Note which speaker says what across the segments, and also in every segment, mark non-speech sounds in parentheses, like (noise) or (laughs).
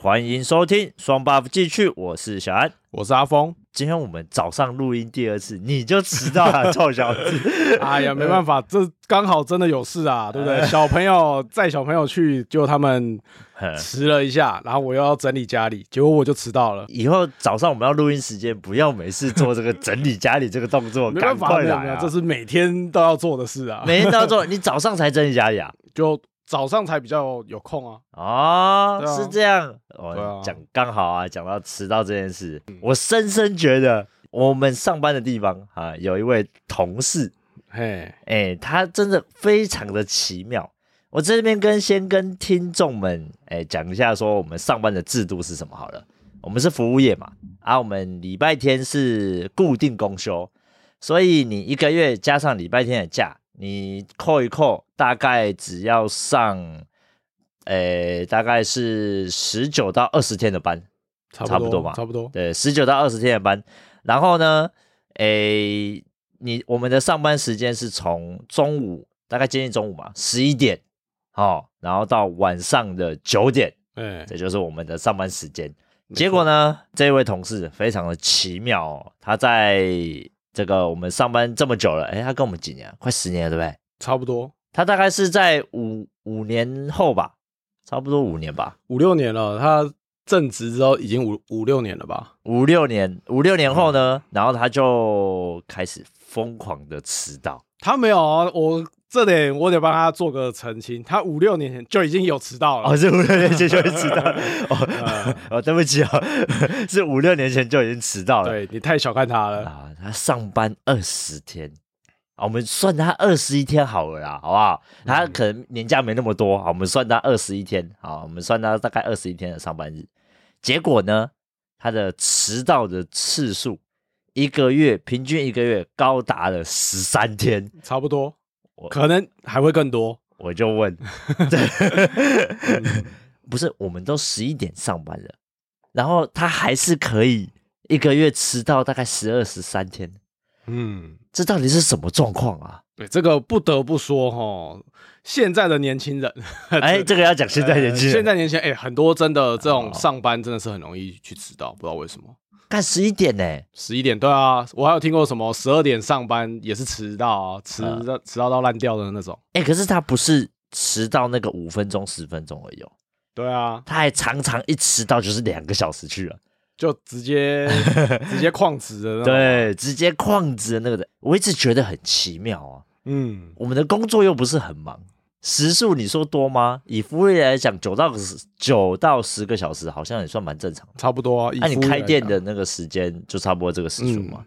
Speaker 1: 欢迎收听双 buff 继续，我是小安。
Speaker 2: 我是阿峰。
Speaker 1: 今天我们早上录音第二次，你就迟到
Speaker 2: (laughs)
Speaker 1: 了，臭小子！
Speaker 2: (laughs)
Speaker 1: (laughs)
Speaker 2: 哎呀，没办法，这刚好真的有事啊，对不 (laughs) 对？小朋友载小朋友去，结果他们迟了一下，然后我又要整理家里，结果我就迟到了。
Speaker 1: 以后早上我们要录音时间，不要每次做这个整理家里这个动作，
Speaker 2: 没
Speaker 1: 赶
Speaker 2: 办法，
Speaker 1: 快
Speaker 2: 没
Speaker 1: 来
Speaker 2: 有没有，
Speaker 1: 啊！
Speaker 2: 这是每天都要做的事啊。
Speaker 1: (laughs) 每天都要做，你早上才整理家里啊？
Speaker 2: 就早上才比较有空啊。
Speaker 1: 哦，
Speaker 2: 对啊
Speaker 1: 是这样。
Speaker 2: 对
Speaker 1: 哦
Speaker 2: 啊，嗯
Speaker 1: 讲刚好啊，讲到迟到这件事，我深深觉得我们上班的地方啊，有一位同事，
Speaker 2: 嘿，
Speaker 1: 哎、他真的非常的奇妙。我这边跟先跟听众们，哎、讲一下说我们上班的制度是什么好了。我们是服务业嘛，啊，我们礼拜天是固定公休，所以你一个月加上礼拜天的假，你扣一扣，大概只要上，哎、大概是十九到二十天的班，
Speaker 2: 差
Speaker 1: 差不
Speaker 2: 不
Speaker 1: 多吧
Speaker 2: 差不多。
Speaker 1: 对，十九到二十天的班。然后呢，诶，你我们的上班时间是从中午大概接近中午嘛，十一点哦，然后到晚上的九点，
Speaker 2: 哎，
Speaker 1: 这就是我们的上班时间。结果呢，这位同事非常的奇妙哦，他在这个我们上班这么久了，诶，他跟我们几年啊？快十年了，对不对？
Speaker 2: 差不多
Speaker 1: 他大概是在五五年后吧，差不多五年吧。
Speaker 2: 五六年了，他正职之后已经五五六年了吧？
Speaker 1: 五六年，五六年后呢，然后他就开始疯狂的迟到。
Speaker 2: 他没有啊，我这点我得帮他做个澄清。他五六年前就已经有迟到了。
Speaker 1: 哦，是五六年前就会 (laughs) 迟到。哦
Speaker 2: 嗯，
Speaker 1: 哦， (laughs) 对不起啊、哦，是五六年前就已经迟到了。
Speaker 2: 对你太小看他了。
Speaker 1: 啊，他上班二十天。啊我们算他二十一天好了啦，好不好？他可能年假没那么多，啊好我们算他二十一天，啊好，我们算他大概二十一天的上班日。结果呢，他的迟到的次数一个月平均一个月高达了十三天，
Speaker 2: 差不多
Speaker 1: 我，
Speaker 2: 可能还会更多。
Speaker 1: 我就
Speaker 2: (laughs)
Speaker 1: 问，
Speaker 2: 嗯
Speaker 1: (laughs) 不是我们都十一点上班了，然后他还是可以一个月迟到大概十二十三天，
Speaker 2: 嗯，
Speaker 1: 这到底是什么状况
Speaker 2: (laughs)
Speaker 1: 啊？
Speaker 2: 对，这个不得不说哈，现在的年轻人，
Speaker 1: 哎，这个要讲现在年轻
Speaker 2: 呃现
Speaker 1: 人，
Speaker 2: 在年轻人，哎，很多真的这
Speaker 1: 哦
Speaker 2: 种上班真的是很容易去迟到，不知道为什么。
Speaker 1: 干十一点呢、
Speaker 2: 十一点，对啊，我还有听过什么十二点上班也是迟到啊，迟到
Speaker 1: 嗯
Speaker 2: 迟到到烂掉的那种。
Speaker 1: 哎，可是他不是迟到那个五分钟十分钟而已、哦，
Speaker 2: 对啊，
Speaker 1: 他还常常一迟到就是两个小时去了，
Speaker 2: 就
Speaker 1: (laughs)
Speaker 2: 直接直接旷职的那种。，
Speaker 1: 对，直接旷职的那个人，我一直觉得很奇妙啊。
Speaker 2: 嗯，
Speaker 1: 我们的工作又不是很忙，时数你说多吗？以服务业来讲，九到十九到十个小时好像也算蛮正常的。
Speaker 2: 差不多啊。以
Speaker 1: 那、你
Speaker 2: 服务业
Speaker 1: 开
Speaker 2: 来
Speaker 1: 店
Speaker 2: 讲
Speaker 1: 的那个时间就差不多这个时数
Speaker 2: 嗯呃
Speaker 1: 嘛。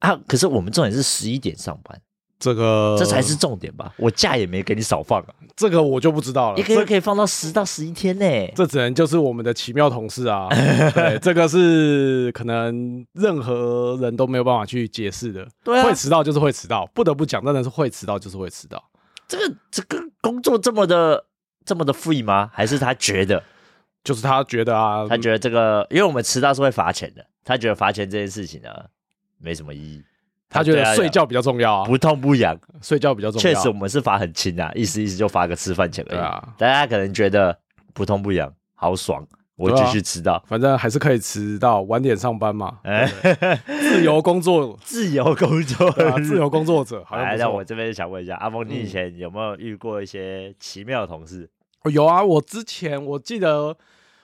Speaker 1: 啊，可是我们重点是十一点上班，
Speaker 2: 这个，
Speaker 1: 这才是重点吧？我假也没给你少放啊，
Speaker 2: 这个我就不知道了。
Speaker 1: 一个月
Speaker 2: 这
Speaker 1: 可以放到十到十一天呢、
Speaker 2: 这只能就是我们的奇妙同事
Speaker 1: (laughs)
Speaker 2: 啊，对，这个是可能任何人都没有办法去解释的。
Speaker 1: 对啊
Speaker 2: 会迟到就是会迟到，不得不讲，真的是会迟到就是会迟到。
Speaker 1: 这个这个工作这么的这么的 free 吗？还是他觉得
Speaker 2: 就是他觉得啊，
Speaker 1: 他觉得这个，因为我们迟到是会罚钱的，他觉得罚钱这件事情呢没什么意义，
Speaker 2: 他觉
Speaker 1: 对啊
Speaker 2: 得睡觉比较重要啊，
Speaker 1: 不痛不痒。
Speaker 2: 睡觉比较重要。啊嗯
Speaker 1: 确实，我们是罚很轻啊，意思意思就罚个吃饭钱而已。
Speaker 2: 对啊
Speaker 1: 大家可能觉得不痛不痒，好爽，我继续迟到。
Speaker 2: 反正还是可以迟到，晚点上
Speaker 1: (laughs)
Speaker 2: 班嘛，
Speaker 1: 哎、，
Speaker 2: 自由工作
Speaker 1: 自由工作，
Speaker 2: 对啊，自由工作者好像
Speaker 1: 哎，
Speaker 2: 不
Speaker 1: 那
Speaker 2: 错嗯
Speaker 1: 我这边想问一下，阿峰，你以前有没有遇过一些奇妙的同事？
Speaker 2: 哦有啊，我之前我记得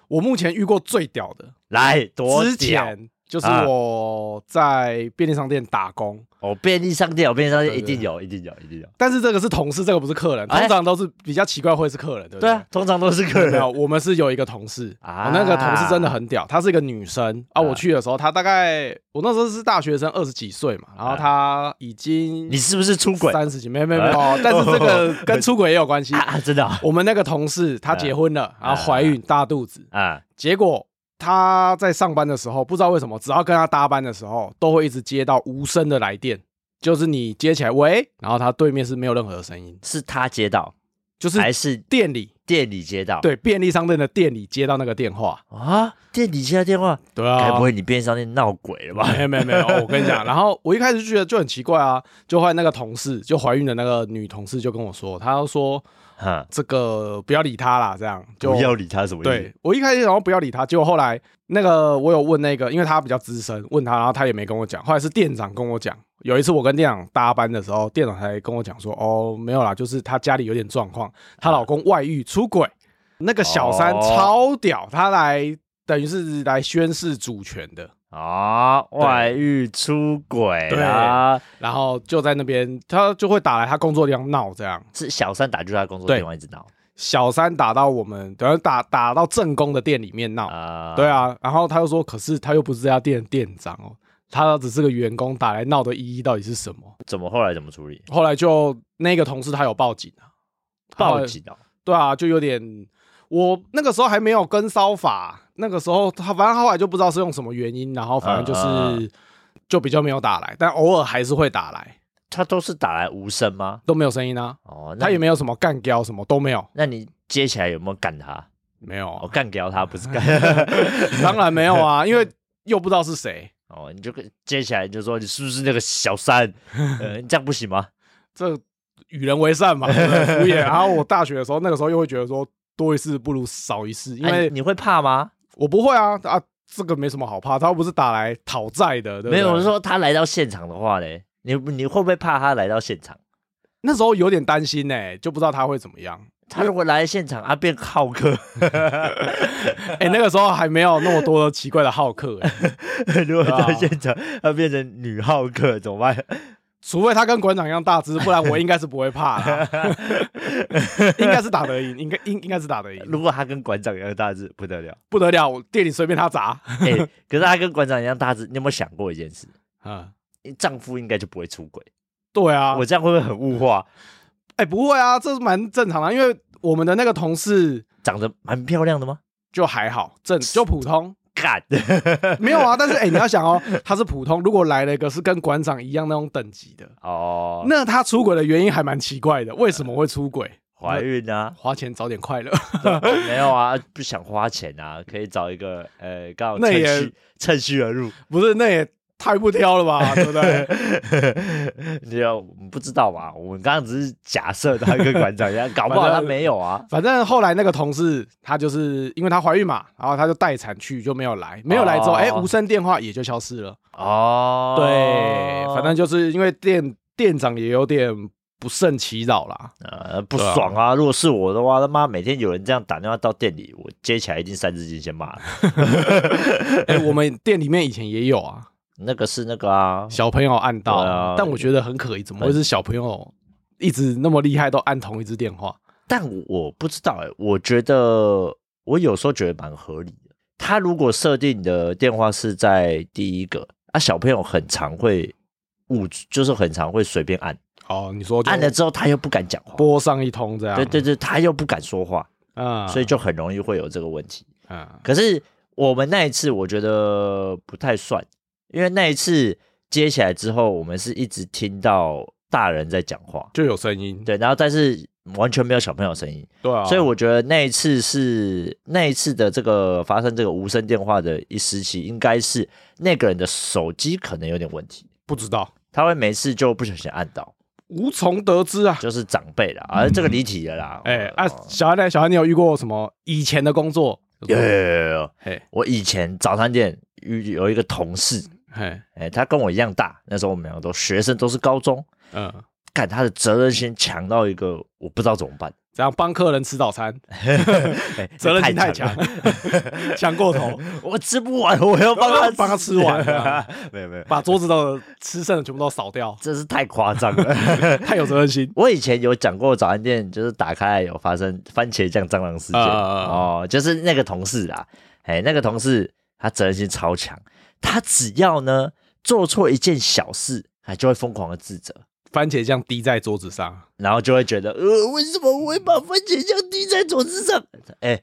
Speaker 2: 我目前遇过最屌的，
Speaker 1: 来，多
Speaker 2: 之
Speaker 1: 屌！
Speaker 2: 前就是
Speaker 1: 啊
Speaker 2: 我在便利商店打工。
Speaker 1: 哦，便利商店，有便利商店一
Speaker 2: 对对
Speaker 1: 定有，一定有，一定有。
Speaker 2: 但是这个是同事，这个不是客人，
Speaker 1: 哎
Speaker 2: 通常都是比较奇怪会是客人，对不
Speaker 1: 对啊，通常都是客
Speaker 2: 没
Speaker 1: 人
Speaker 2: 有，我们是有一个同事，
Speaker 1: 啊
Speaker 2: 我那个同事真的很屌，她是一个女生
Speaker 1: 啊
Speaker 2: 啊。我去的时候，她大概我那时候是大学生，二十几岁嘛，然后她已经
Speaker 1: 啊你是不是出轨
Speaker 2: 三十几，没没没有，哦但是这个
Speaker 1: (laughs)
Speaker 2: 跟出轨也有关系。
Speaker 1: 啊？真的啊
Speaker 2: 我们那个同事她结婚了，然后怀孕大肚子，
Speaker 1: 啊
Speaker 2: 结果她在上班的时候，不知道为什么，只要跟她搭班的时候，都会一直接到无声的来电，就是你接起来喂，然后她对面是没有任何的声音，
Speaker 1: 是他接到
Speaker 2: 就是
Speaker 1: 还是
Speaker 2: 店里
Speaker 1: 店里接到，
Speaker 2: 对，便利商店的店里接到那个电话，
Speaker 1: 啊，店里接到电话，
Speaker 2: 对
Speaker 1: 该
Speaker 2: 啊哎
Speaker 1: 不，会你便利商店闹鬼了吧？
Speaker 2: 没有没有没有，哦我跟你讲，然后我一开始就觉得就很奇怪啊，就后来那个同事，就怀孕的那个女同事就跟我说，她就说
Speaker 1: (laughs) 哈，
Speaker 2: 这个不要理她啦，这样就
Speaker 1: 不要理他什么意思？
Speaker 2: 对我一开始想要不要理他，结果后来那个我有问那个，因为他比较资深，问他，然后他也没跟我讲。后来是店长跟我讲，有一次我跟店长搭班的时候，店长才跟我讲说，哦，没有啦，就是她家里有点状况，她老公外遇出轨，那个小三
Speaker 1: 哦
Speaker 2: 超屌，他来等于是来宣示主权的，
Speaker 1: 啊，外遇出轨啦，
Speaker 2: 然后就在那边他就会打来他工作地方闹这样。
Speaker 1: 是小三打就是他工作
Speaker 2: 对
Speaker 1: 电话一直闹
Speaker 2: 小三打到我们，等于打打到正宫的店里面闹，
Speaker 1: 啊，
Speaker 2: 对，啊，然后他又说，可是他又不是这家店的店长哦，他只是个员工，打来闹的意义到底是什么？
Speaker 1: 怎么后来怎么处理？
Speaker 2: 后来就那个同事他有报警啊，他后来
Speaker 1: 报，警哦，
Speaker 2: 对啊，就有点，我那个时候还没有跟骚法，那个时候他反正后来就不知道是用什么原因，然后反正就是、
Speaker 1: 嗯嗯
Speaker 2: 就比较没有打来，但偶尔还是会打来，
Speaker 1: 他都是打来无声吗？
Speaker 2: 都没有声音啊，
Speaker 1: 哦，那
Speaker 2: 他也
Speaker 1: 你
Speaker 2: 没有什么干胶什么都没有，
Speaker 1: 那你接起来有没有干他？
Speaker 2: 没有
Speaker 1: 哦，
Speaker 2: 啊，
Speaker 1: 干掉他不是干，
Speaker 2: (laughs) 当然没有啊，因为又不知道是谁，
Speaker 1: 哦，你就跟接起来你就说你是不是那个小
Speaker 2: (laughs)
Speaker 1: 三？呃，你这样不行吗？
Speaker 2: 这与人为善嘛，对
Speaker 1: (laughs)
Speaker 2: 不对敷衍。然后我大学的时候，那个时候又会觉得说多一事不如少一事，因
Speaker 1: 哎
Speaker 2: 为
Speaker 1: 你会怕吗？
Speaker 2: 我不会啊啊，这个没什么好怕，他又不是打来讨债的，对不对
Speaker 1: 没有，我是说他来到现场的话嘞，你你会不会怕他来到现场？
Speaker 2: 那时候有点担心呢、欸就不知道他会怎么样。 (laughs)
Speaker 1: 他如果来现场啊，变浩克，
Speaker 2: 哎、那个时候还没有那么多的奇怪的好客、欸，
Speaker 1: (laughs) 如果
Speaker 2: 啊
Speaker 1: 在现场他变成女浩克怎么 (laughs) 办？
Speaker 2: 除非他跟馆长一样大只，不然我应该是不会怕啦，
Speaker 1: (laughs)
Speaker 2: 应该是打得赢，应该应应该是打得赢，
Speaker 1: 如果他跟馆长一样大只，不得了。
Speaker 2: 不得了，我店里随便他砸，
Speaker 1: (laughs) 哎、 (laughs) 可是他跟馆长一样大只，你有没有想过一件事？
Speaker 2: 嗯，
Speaker 1: 丈夫应该就不会出轨， (laughs)
Speaker 2: 对啊，
Speaker 1: 我这样会不会很物化？
Speaker 2: 哎、不会啊，这是蛮正常的，因为我们的那个同事
Speaker 1: 长得蛮漂亮的吗？
Speaker 2: 就还好，正 (laughs) 就普通，
Speaker 1: (laughs) 干，
Speaker 2: 没有啊。但是哎、欸你要想 (laughs) 哦，他是普通，如果来了一个是跟馆长一样那种等级 (laughs) 的，
Speaker 1: 哦，
Speaker 2: 那他出轨的原因还蛮奇怪 (laughs) 的，为什么会出轨？？
Speaker 1: 怀孕啊 (laughs)
Speaker 2: 花钱找点快乐，
Speaker 1: 没有啊，不想花钱啊，可以找一个呃，刚好
Speaker 2: 那
Speaker 1: 趁
Speaker 2: 也
Speaker 1: 虚趁虚而入。
Speaker 2: 不是那也太不挑了 (laughs) 吧，对不对？
Speaker 1: 你要我们不知道嘛？我们刚刚只是假设他跟馆长一 (laughs) 样，搞不好他没有啊。
Speaker 2: 反正后来那个同事，她就是因为她怀孕嘛，然后她就待产去，就没有来，没有来之后，
Speaker 1: 哦
Speaker 2: 哎、无声电话也就消失了。
Speaker 1: 哦，
Speaker 2: 对，反正就是因为店店长也有点不胜其扰啦。
Speaker 1: 呃不爽啊！如果是我的话，他妈每天有人这样打电话到店里，我接起来一定三字经先骂了。
Speaker 2: 哎、我们店里面以前也有啊，
Speaker 1: 那个是那个啊，
Speaker 2: 小朋友按到，
Speaker 1: 对啊
Speaker 2: 但我觉得很可疑，怎么会是小朋友一直那么厉害都按同一支电话？
Speaker 1: 但我不知道哎、我觉得我有时候觉得蛮合理的。他如果设定的电话是在第一个，啊，小朋友很常会误，就是很常会随便按，
Speaker 2: 哦，你说就
Speaker 1: 按了之后他又不敢讲话，
Speaker 2: 拨上一通这样，
Speaker 1: 对对，对，他又不敢说话，
Speaker 2: 嗯，
Speaker 1: 所以就很容易会有这个问题。
Speaker 2: 嗯
Speaker 1: 可是我们那一次我觉得不太算，因为那一次接起来之后，我们是一直听到大人在讲话，
Speaker 2: 就有声音，
Speaker 1: 对，然后但是完全没有小朋友声音。
Speaker 2: 对啊，
Speaker 1: 所以我觉得那一次是那一次的这个发生这个无声电话的一时期，应该是那个人的手机可能有点问题，
Speaker 2: 不知道，
Speaker 1: 他会没事就不小心按到，
Speaker 2: 无从得知啊。
Speaker 1: 就是长辈啦，而、这个离题了啦。
Speaker 2: 哎、
Speaker 1: 呃
Speaker 2: 啊，小安呢？小安，你有遇过什么以前的工作？
Speaker 1: 有有有有有
Speaker 2: 嘿，
Speaker 1: 我以前早餐店遇有一个同事，
Speaker 2: 嘿，
Speaker 1: 哎，他跟我一样大，那时候我们两个都学生，都是高中，
Speaker 2: 嗯，
Speaker 1: 干他的责任心强到一个我不知道怎
Speaker 2: (laughs)
Speaker 1: 么办，
Speaker 2: 怎样帮客人吃
Speaker 1: (laughs)
Speaker 2: 早餐？
Speaker 1: 哎
Speaker 2: (laughs) 责任心太
Speaker 1: 强
Speaker 2: 强
Speaker 1: 了，
Speaker 2: (laughs) 强过头，
Speaker 1: 我吃不完，我要帮他
Speaker 2: (laughs) 帮他吃完啊
Speaker 1: 没有没有，
Speaker 2: 把桌子上的吃剩的全部都扫掉，
Speaker 1: (laughs) 真是太夸张了。 (laughs)
Speaker 2: 太有责任心。
Speaker 1: 我以前有讲过早餐店，就是打开来有发生番茄酱蟑螂事件、
Speaker 2: 啊啊啊
Speaker 1: 哦，就是那个同事啊，哎，那个同事他责任心超强，他只要呢做错一件小事，哎，就会疯狂的自责，
Speaker 2: 番茄酱滴在桌子上，
Speaker 1: 然后就会觉得呃，为什么我会把番茄酱滴在桌子上？哎，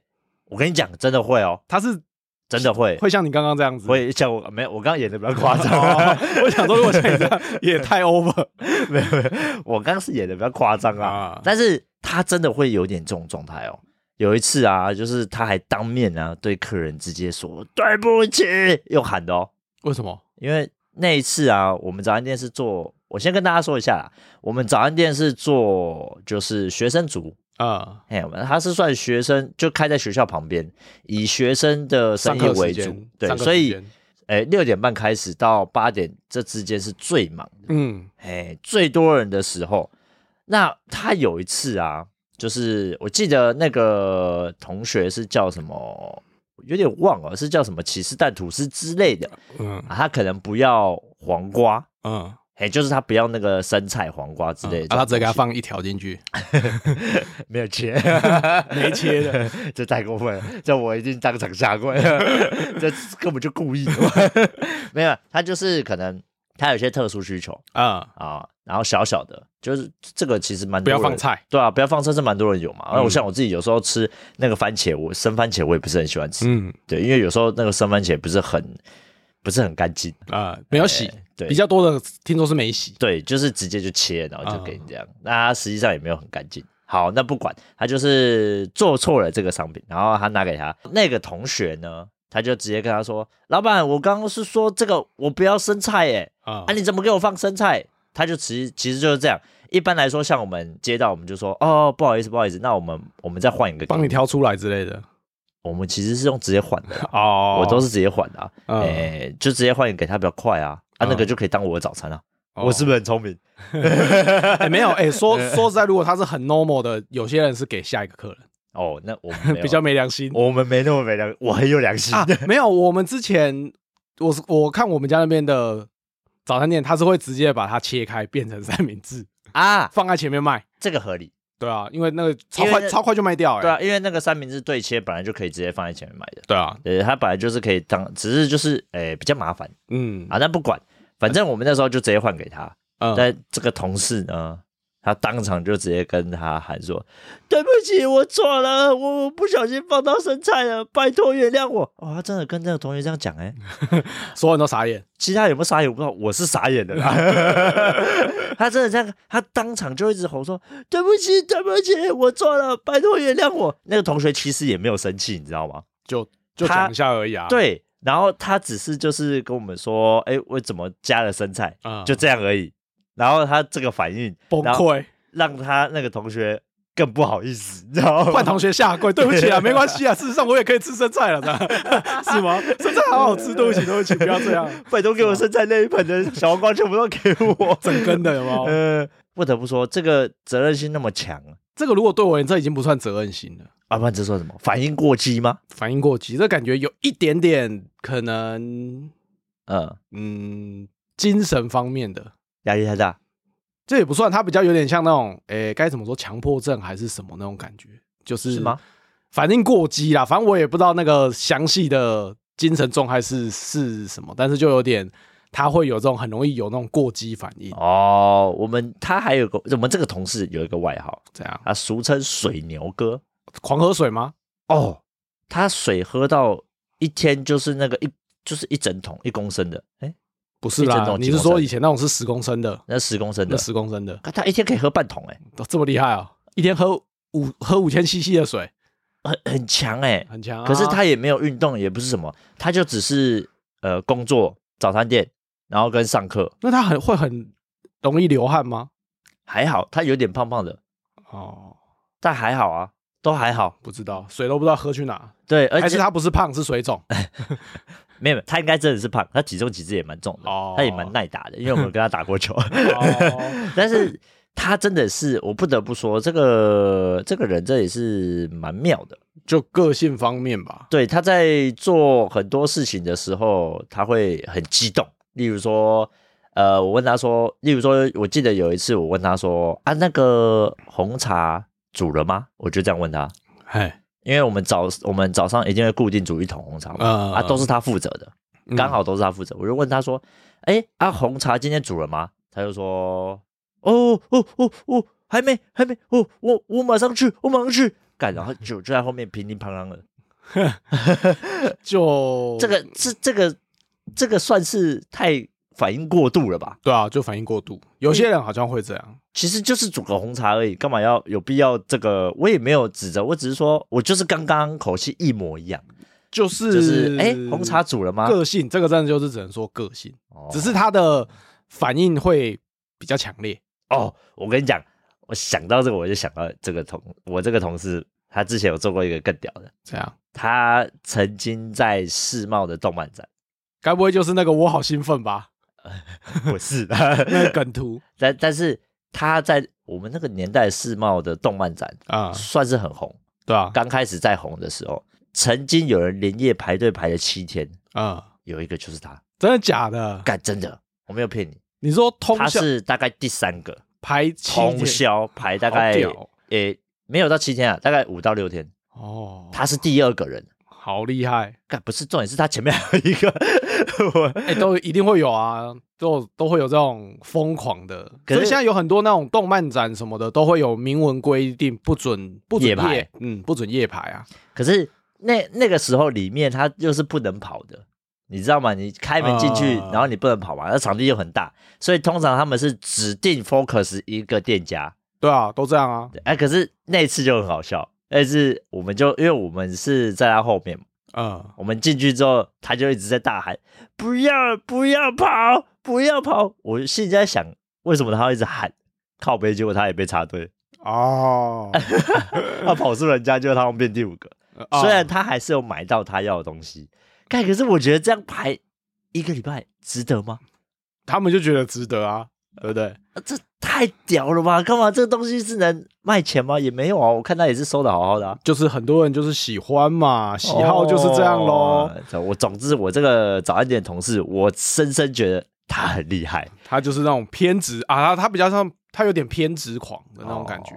Speaker 1: 我跟你讲，真的会哦，
Speaker 2: 他是
Speaker 1: 真的会，
Speaker 2: 会像你刚刚这样子，
Speaker 1: 会像我没有，我刚刚演的比较夸张，
Speaker 2: (laughs)
Speaker 1: 啊
Speaker 2: 哦我想说，如果像你这样也太 over
Speaker 1: (laughs) 没有没有，我刚刚是演的比较夸张啊，
Speaker 2: 啊，
Speaker 1: 但是他真的会有点这种状态哦。有一次啊，就是他还当面啊对客人直接说对不起，又喊的哦。
Speaker 2: 为什么？
Speaker 1: 因为那一次啊，我们早餐店是做，我先跟大家说一下啦，我们早餐店是做就是学生族，
Speaker 2: 啊、
Speaker 1: 哎，我们它是算学生，就开在学校旁边，以学生的生
Speaker 2: 上
Speaker 1: 意
Speaker 2: 课
Speaker 1: 为
Speaker 2: 时
Speaker 1: 主
Speaker 2: 间，，
Speaker 1: 对
Speaker 2: 上，课
Speaker 1: 所
Speaker 2: 时
Speaker 1: 以
Speaker 2: 间
Speaker 1: 哎六点半开始到八点这之间是最忙的，
Speaker 2: 嗯，
Speaker 1: 哎，最多人的时候，那他有一次啊，就是我记得那个同学是叫什么，有点忘了，是叫什么起司蛋吐司之类的
Speaker 2: 嗯
Speaker 1: 啊，他可能不要黄瓜，
Speaker 2: 嗯，啊，
Speaker 1: 哎，就是他不要那个生菜、黄瓜之类的这种东西，
Speaker 2: 嗯他直接给他放一条进去，
Speaker 1: 没有切，
Speaker 2: (laughs) 没切的，
Speaker 1: (laughs) 这太过分了，这我一定当场下跪，
Speaker 2: (laughs)
Speaker 1: 这根本就故意的，没有，他就是可能他有些特殊需求
Speaker 2: 啊，
Speaker 1: 啊，然后小小的，就是这个其实蛮
Speaker 2: 不
Speaker 1: 多
Speaker 2: 要
Speaker 1: 人
Speaker 2: 放菜，
Speaker 1: 对啊，不要放生是蛮多人有嘛。那、我
Speaker 2: 嗯
Speaker 1: 像我自己有时候吃那个番茄，我生番茄我也不是很喜欢吃，
Speaker 2: 嗯
Speaker 1: 对，因为有时候那个生番茄不是很不是很干净，
Speaker 2: 啊，没有洗，
Speaker 1: 对
Speaker 2: 比较多的听说是没洗，
Speaker 1: 对，就是直接就切，然后就给你这样。那它实际上也没有很干净。好，那不管，他就是做错了这个商品，然后他拿给他那个同学呢，他就直接跟他说：“老板，我刚刚是说这个我不要生菜耶、
Speaker 2: 啊
Speaker 1: 啊，你怎么给我放生菜？他就其实其实就是这样。一般来说，像我们接到我们就说哦，不好意思，不好意思，那我们我们再换一个给
Speaker 2: 帮你挑出来之类的，
Speaker 1: 我们其实是用直接换的啦，
Speaker 2: 哦，
Speaker 1: 我都是直接换的、啊，哎、
Speaker 2: 嗯
Speaker 1: 就直接换一个给他比较快啊，啊，
Speaker 2: 嗯
Speaker 1: 那个就可以当我的早餐啊，
Speaker 2: 哦
Speaker 1: 我是不是很聪明？
Speaker 2: 哎、没有哎、
Speaker 1: (laughs)
Speaker 2: 说说实在，如果他是很 normal 的，有些人是给下一个客人，
Speaker 1: 哦，那我 (laughs) 们没有
Speaker 2: 比较没良心
Speaker 1: 我们没那么没良，我很有良心
Speaker 2: 啊
Speaker 1: (laughs)
Speaker 2: (laughs)
Speaker 1: 的。。
Speaker 2: 没有，我们之前我是我看我们家那边的早餐店，他是会直接把它切开变成三明治
Speaker 1: 啊，
Speaker 2: 放在前面卖。
Speaker 1: 这个合理，
Speaker 2: 对啊，因为那个超
Speaker 1: 因为
Speaker 2: 快
Speaker 1: 那
Speaker 2: 超快就卖掉哎、
Speaker 1: 对啊，因为那个三明治对切本来就可以直接放在前面买的，
Speaker 2: 对啊，
Speaker 1: 对，它本来就是可以当，只是就是诶、比较麻烦
Speaker 2: 嗯
Speaker 1: 啊，但不管，反正我们那时候就直接换给他，
Speaker 2: 嗯，
Speaker 1: 但这个同事呢，他当场就直接跟他喊说：“对不起，我错了，我我不小心放到生菜了，拜托原谅我。”哦，他真的跟那个同学这样讲哎、
Speaker 2: 所有人都傻眼。
Speaker 1: 其他有没有傻眼我不知道，我是傻眼的
Speaker 2: (laughs)
Speaker 1: 啦。他真的这样，他当场就一直吼说：“对不起， (laughs) 对不起，我错了，拜托原谅我。”那个同学其实也没有生气，你知道吗？
Speaker 2: 就就
Speaker 1: 他
Speaker 2: 讲一下而已啊。，
Speaker 1: 对，然后他只是就是跟我们说：“哎、我怎么加了生菜？”
Speaker 2: 啊、
Speaker 1: 就这样而已。然后他这个反应
Speaker 2: 崩
Speaker 1: 然后
Speaker 2: 溃，
Speaker 1: 让他那个同学更不好意思，你知道吗？
Speaker 2: (laughs) 换同学下跪，对不起 (laughs) 啊，没关系啊，事实上我也可以吃生菜了 (laughs) 的，是吗？生菜好好吃，对不起，对不起，不要这 (laughs) 样，。
Speaker 1: 拜托给我生菜那一盆的小黄瓜全部都给我
Speaker 2: (laughs) 整根的有没有？
Speaker 1: 呃，不得不说，这个责任心那么强
Speaker 2: 这个如果对我而言，这已经不算责任心了，
Speaker 1: 啊，不然这算什么？反应过激吗？
Speaker 2: 反应过激，这感觉有一点点可能，
Speaker 1: 嗯，
Speaker 2: 嗯，精神方面的，
Speaker 1: 压力太大。
Speaker 2: 这也不算，它比较有点像那种，诶，该怎么说，强迫症还是什么那种感觉，就是
Speaker 1: 是吗？
Speaker 2: 反应过激啦，反正我也不知道那个详细的精神状态是是什么，但是就有点。他会有这种很容易有那种过激反应，
Speaker 1: 哦，我们他还有个，我们这个同事有一个外号，
Speaker 2: 这样
Speaker 1: 他俗称水牛哥。
Speaker 2: 狂喝水吗？
Speaker 1: 哦，他水喝到一天就是那个一就是一整桶一公升的，哎，
Speaker 2: 不是
Speaker 1: 一整
Speaker 2: 啦，
Speaker 1: 桶
Speaker 2: 你
Speaker 1: 几
Speaker 2: 是
Speaker 1: 公
Speaker 2: 说
Speaker 1: 升
Speaker 2: 以前那种是十公升的，
Speaker 1: 那十公升的，
Speaker 2: 那十公升的
Speaker 1: 他一天可以喝半桶，哎，
Speaker 2: 都这么厉害啊？一天喝五喝五千 CC 的水，
Speaker 1: 很很强哎。
Speaker 2: 很强、啊。
Speaker 1: 可是他也没有运动，也不是什么，他就只是呃工作、早餐店，然后跟上课。
Speaker 2: 那他很会很容易流汗吗？
Speaker 1: 还好他有点胖胖的，
Speaker 2: 哦，
Speaker 1: 但还好啊，都还好。
Speaker 2: 不知道，水都不知道喝去哪，
Speaker 1: 对，而
Speaker 2: 还
Speaker 1: 且
Speaker 2: 是他不是胖是水
Speaker 1: (laughs)
Speaker 2: 肿？
Speaker 1: 没有，他应该真的是胖，他体重其实也蛮重的，
Speaker 2: 哦
Speaker 1: 他也蛮耐打的，因为我们跟他打过球。
Speaker 2: 哦，
Speaker 1: 但是他真的是，我不得不说，这个这个人这也是蛮妙的。
Speaker 2: 就个性方面吧。
Speaker 1: 对，他在做很多事情的时候，他会很激动。例如说，呃，我问他说，例如说，我记得有一次我问他说，啊，那个红茶煮了吗？我就这样问他，
Speaker 2: 哎，
Speaker 1: 因为我们早我们早上一定会固定煮一桶红茶嘛，
Speaker 2: 呃
Speaker 1: 啊，都是他负责的，
Speaker 2: 嗯
Speaker 1: 刚好都是他负责。我就问他说，哎，啊，红茶今天煮了吗？他就说，哦哦哦哦，还没还没，哦，我我马上去，我马上去。干，然后就就在后面乒铃乓啷的，
Speaker 2: 嗯就
Speaker 1: 这个这这个这个算是太反应过度了吧？
Speaker 2: 对啊，就反应过度。有些人好像会这样，
Speaker 1: 其实就是煮个红茶而已，干嘛要有必要这个？我也没有指责，我只是说我就是刚刚口气一模一样，
Speaker 2: 就是
Speaker 1: 就是哎、红茶煮了吗？
Speaker 2: 个性，这个真的就是只能说个性，
Speaker 1: 哦
Speaker 2: 只是他的反应会比较强烈。
Speaker 1: 哦，我跟你讲，我想到这个我就想到这个同我这个同事，他之前有做过一个更屌的，
Speaker 2: 这样，
Speaker 1: 他曾经在世贸的动
Speaker 2: (laughs)
Speaker 1: 漫展，
Speaker 2: 该不会就是那个我好兴
Speaker 1: (laughs)
Speaker 2: 奋吧？
Speaker 1: 不是， (laughs)
Speaker 2: 那个梗图
Speaker 1: 但但是他在我们那个年代世贸的动漫展
Speaker 2: 啊、
Speaker 1: 算是很红，(laughs)
Speaker 2: 对啊，
Speaker 1: 刚开始在红的时候，曾经有人连夜排队排了七天，
Speaker 2: 啊、
Speaker 1: 有一个就是他，
Speaker 2: 真的假
Speaker 1: (laughs)
Speaker 2: 的？
Speaker 1: 干真的，我没有骗你，
Speaker 2: 你说通
Speaker 1: 他
Speaker 2: 宵
Speaker 1: 是大概第三个
Speaker 2: 排七
Speaker 1: 通
Speaker 2: 天
Speaker 1: 宵排大
Speaker 2: 好
Speaker 1: 概
Speaker 2: 屌
Speaker 1: 诶、没有到七天啊，大概五到六天，
Speaker 2: 哦，
Speaker 1: 他是第二个人。
Speaker 2: 好厉害！
Speaker 1: 干不是重点是他前面还有一个，我
Speaker 2: 哎、都一定会有啊，都都会有这种疯狂的。
Speaker 1: 可
Speaker 2: 所以
Speaker 1: 是
Speaker 2: 现在有很多那种动漫展什么的，都会有明文规定不准不准
Speaker 1: 夜排
Speaker 2: 嗯，不准夜排啊。
Speaker 1: 可是那那个时候里面他又是不能跑的，你知道吗？你开门进去，
Speaker 2: 啊
Speaker 1: 然后你不能跑嘛，那场地又很大，所以通常他们是指定 focus 一个店家。
Speaker 2: 对啊，都这样啊。
Speaker 1: 哎、可是那次就很好笑，那次我们就因为我们是在他后面嘛，
Speaker 2: 嗯，
Speaker 1: 我们进去之后，他就一直在大喊：“不要不要跑，不要跑！”我心里在想，为什么他会一直喊？靠背，结果他也被插队， (laughs)
Speaker 2: 哦，
Speaker 1: 他跑输人家，结果他们变第五个。
Speaker 2: 啊
Speaker 1: 虽然他还是有买到他要的东西，但可是我觉得这样排一个礼拜值得吗？
Speaker 2: 他们就觉得值得啊，对不对？
Speaker 1: 啊、这太屌了吧！干嘛这东西是能卖钱吗？也没有啊，我看他也是收的好好的、啊。
Speaker 2: 就是很多人就是喜欢嘛，喜好就是这样喽。
Speaker 1: 哦这我总之，我这个早安点同事，我深深觉得他很厉害
Speaker 2: 他就是那种偏执啊，他他比较像他有点偏执狂的
Speaker 1: 的
Speaker 2: 那种感觉。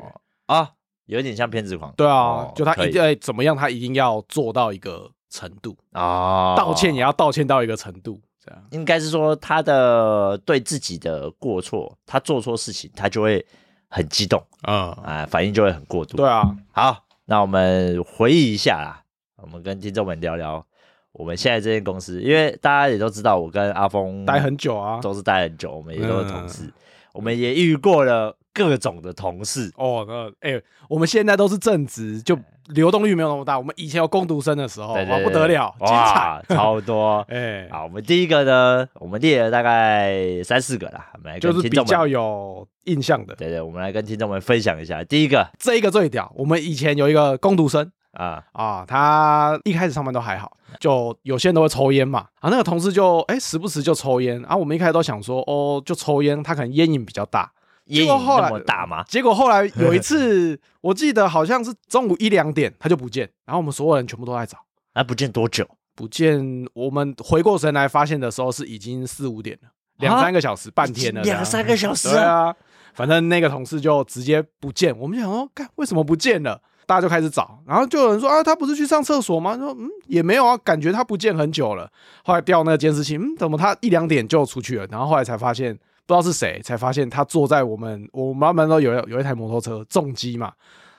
Speaker 1: 啊，有点像骗子狂。
Speaker 2: 对啊，
Speaker 1: 哦
Speaker 2: 就他
Speaker 1: 可
Speaker 2: 一
Speaker 1: 以
Speaker 2: 定、哎怎么样，他一定要做到一个程度，
Speaker 1: 啊，
Speaker 2: 道歉也要道歉到一个程度，这样。
Speaker 1: 应该是说他的对自己的过错，他做错事情，他就会很激动
Speaker 2: 嗯，
Speaker 1: 啊、反应就会很过度。
Speaker 2: 对啊，
Speaker 1: 好，那我们回忆一下啦，我们跟听众们聊聊我们现在这间公司，因为大家也都知道，我跟阿峰
Speaker 2: 待很久啊。嗯
Speaker 1: 都是待很久，我们也都是同事，我们也遇过了各种的同事，
Speaker 2: 哦，那哎、我们现在都是正职，就流动率没有那么大。我们以前有工读生的时候，
Speaker 1: 哎对对
Speaker 2: 哦哇，不得了，精彩。。
Speaker 1: 哇，超多
Speaker 2: (laughs) 哎、
Speaker 1: 好，我们第一个呢，我们列了大概三四个啦，我们来跟
Speaker 2: 就是
Speaker 1: 听
Speaker 2: 比
Speaker 1: 众
Speaker 2: 较
Speaker 1: 们，
Speaker 2: 有印象的。
Speaker 1: 对对，我们来跟听众们分享一下。第一个
Speaker 2: 这一个最屌，我们以前有一个工读生，
Speaker 1: 啊，
Speaker 2: 啊，他一开始上班都还好，就有些人都会抽烟嘛。啊，那个同事就哎、时不时就抽烟。啊，我们一开始都想说哦，就抽烟，他可能烟瘾比较大。
Speaker 1: 烟瘾
Speaker 2: 果后来
Speaker 1: 那么大吗？
Speaker 2: 结果后来有一
Speaker 1: (laughs)
Speaker 2: 次，我记得好像是中午一两点，他就不见。然后我们所有人全部都在找，
Speaker 1: 啊，不见多久，
Speaker 2: 不见。我们回过神来发现的时候是已经四五点了，两
Speaker 1: 啊
Speaker 2: 三个小时，半天了这样，
Speaker 1: 两三个小时
Speaker 2: 对啊，反正那个同事就直接不见，我们想说，看为什么不见了？大家就开始找，然后就有人说啊，他不是去上厕所吗？说嗯，也没有啊，感觉他不见很久了。后来调那个监视器，嗯，怎么他一两点就出去了？然后后来才发现，不知道是谁，才发现他坐在我们我们班都有有一台摩托车重机嘛，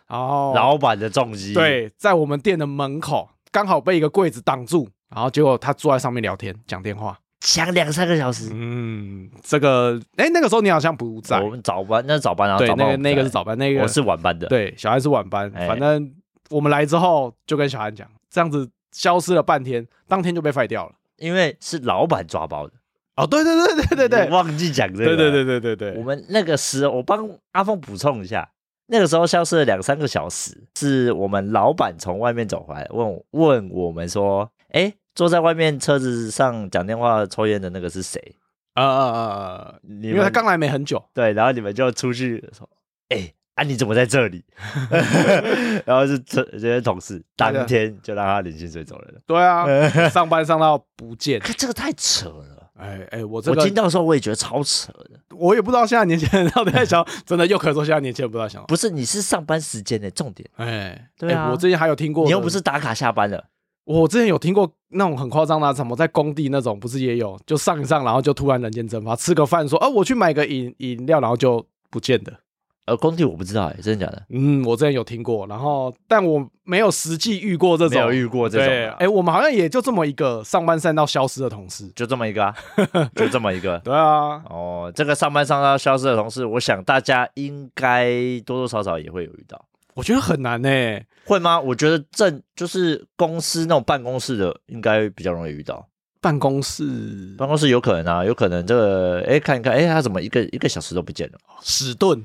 Speaker 2: 然后
Speaker 1: 老板的重击，，
Speaker 2: 哦对，在我们店的门口，刚好被一个柜子挡住，然后结果他坐在上面聊天讲电话。
Speaker 1: 讲两三个小时，
Speaker 2: 嗯，这个哎、那个时候你好像不在，
Speaker 1: 我们早班，那是早班啊，
Speaker 2: 对，
Speaker 1: 早班
Speaker 2: 那
Speaker 1: 我
Speaker 2: 个
Speaker 1: 不
Speaker 2: 那个
Speaker 1: 在
Speaker 2: 是早班，那个
Speaker 1: 我是晚班的。，
Speaker 2: 对，小安是晚班，
Speaker 1: 哎
Speaker 2: 反正我们来之后就跟小安讲，这样子消失了半天，当天就被废掉了。
Speaker 1: 因为是老板抓包的。
Speaker 2: 哦，对对对对对
Speaker 1: 你
Speaker 2: 对
Speaker 1: 忘记讲这个。
Speaker 2: 对对对对对
Speaker 1: 我
Speaker 2: 对，
Speaker 1: 们那个时候，我帮阿峰补充一下，那个时候消失了两三个小时，是我们老板从外面走回来，问我问我们说，哎，坐在外面车子上讲电话抽烟的那个是谁？
Speaker 2: 呃呃呃呃，
Speaker 1: 你
Speaker 2: 因
Speaker 1: 们
Speaker 2: 为他刚来没很久，
Speaker 1: 对，然后你们就出去说，哎。啊！你怎么在这里？ (laughs) 然后是这这些同事
Speaker 2: 大家
Speaker 1: 当天就让他领薪水走人了。
Speaker 2: 对啊，上班上到不见，
Speaker 1: 可这个太扯了！
Speaker 2: 哎哎，我这
Speaker 1: 我
Speaker 2: 个
Speaker 1: 听到的时候我也觉得超扯的。
Speaker 2: 我也不知道现在年轻人到底在想，真的又可以说现在年轻人不知道在想，
Speaker 1: 不是，你是上班时间的重点，
Speaker 2: 哎，
Speaker 1: 对啊
Speaker 2: 哎我之前还有听过，
Speaker 1: 你又不是打卡下班了。
Speaker 2: 我之前有听过那种很夸张的啊，什么在工地那种，不是也有就呃上一上，然后就突然人间蒸发，吃个饭说，哦、我去买个饮饮料，然后就不见的。
Speaker 1: 呃，工地我不知道、欸，真的假的？
Speaker 2: 嗯，我之前有听过，然后但我没有实际遇过这
Speaker 1: 没有
Speaker 2: 种。
Speaker 1: 遇过这种
Speaker 2: 对，
Speaker 1: 的、
Speaker 2: 哎、我们好像也就这么一个上班散到消失的同事。
Speaker 1: 就这么一个、 (laughs) 啊，就这么一个。
Speaker 2: 对啊，
Speaker 1: 哦，这个上班上到消失的同事，我想大家应该多多少少也会有遇到，
Speaker 2: 我觉得很难欸呢、
Speaker 1: 会吗？我觉得正就是公司那种办公室的，应该比较容易遇到。
Speaker 2: 办公室
Speaker 1: 办公室有可能啊，有可能这个，哎，看一看，哎，他怎么一个一个小时都不见了？
Speaker 2: 史顿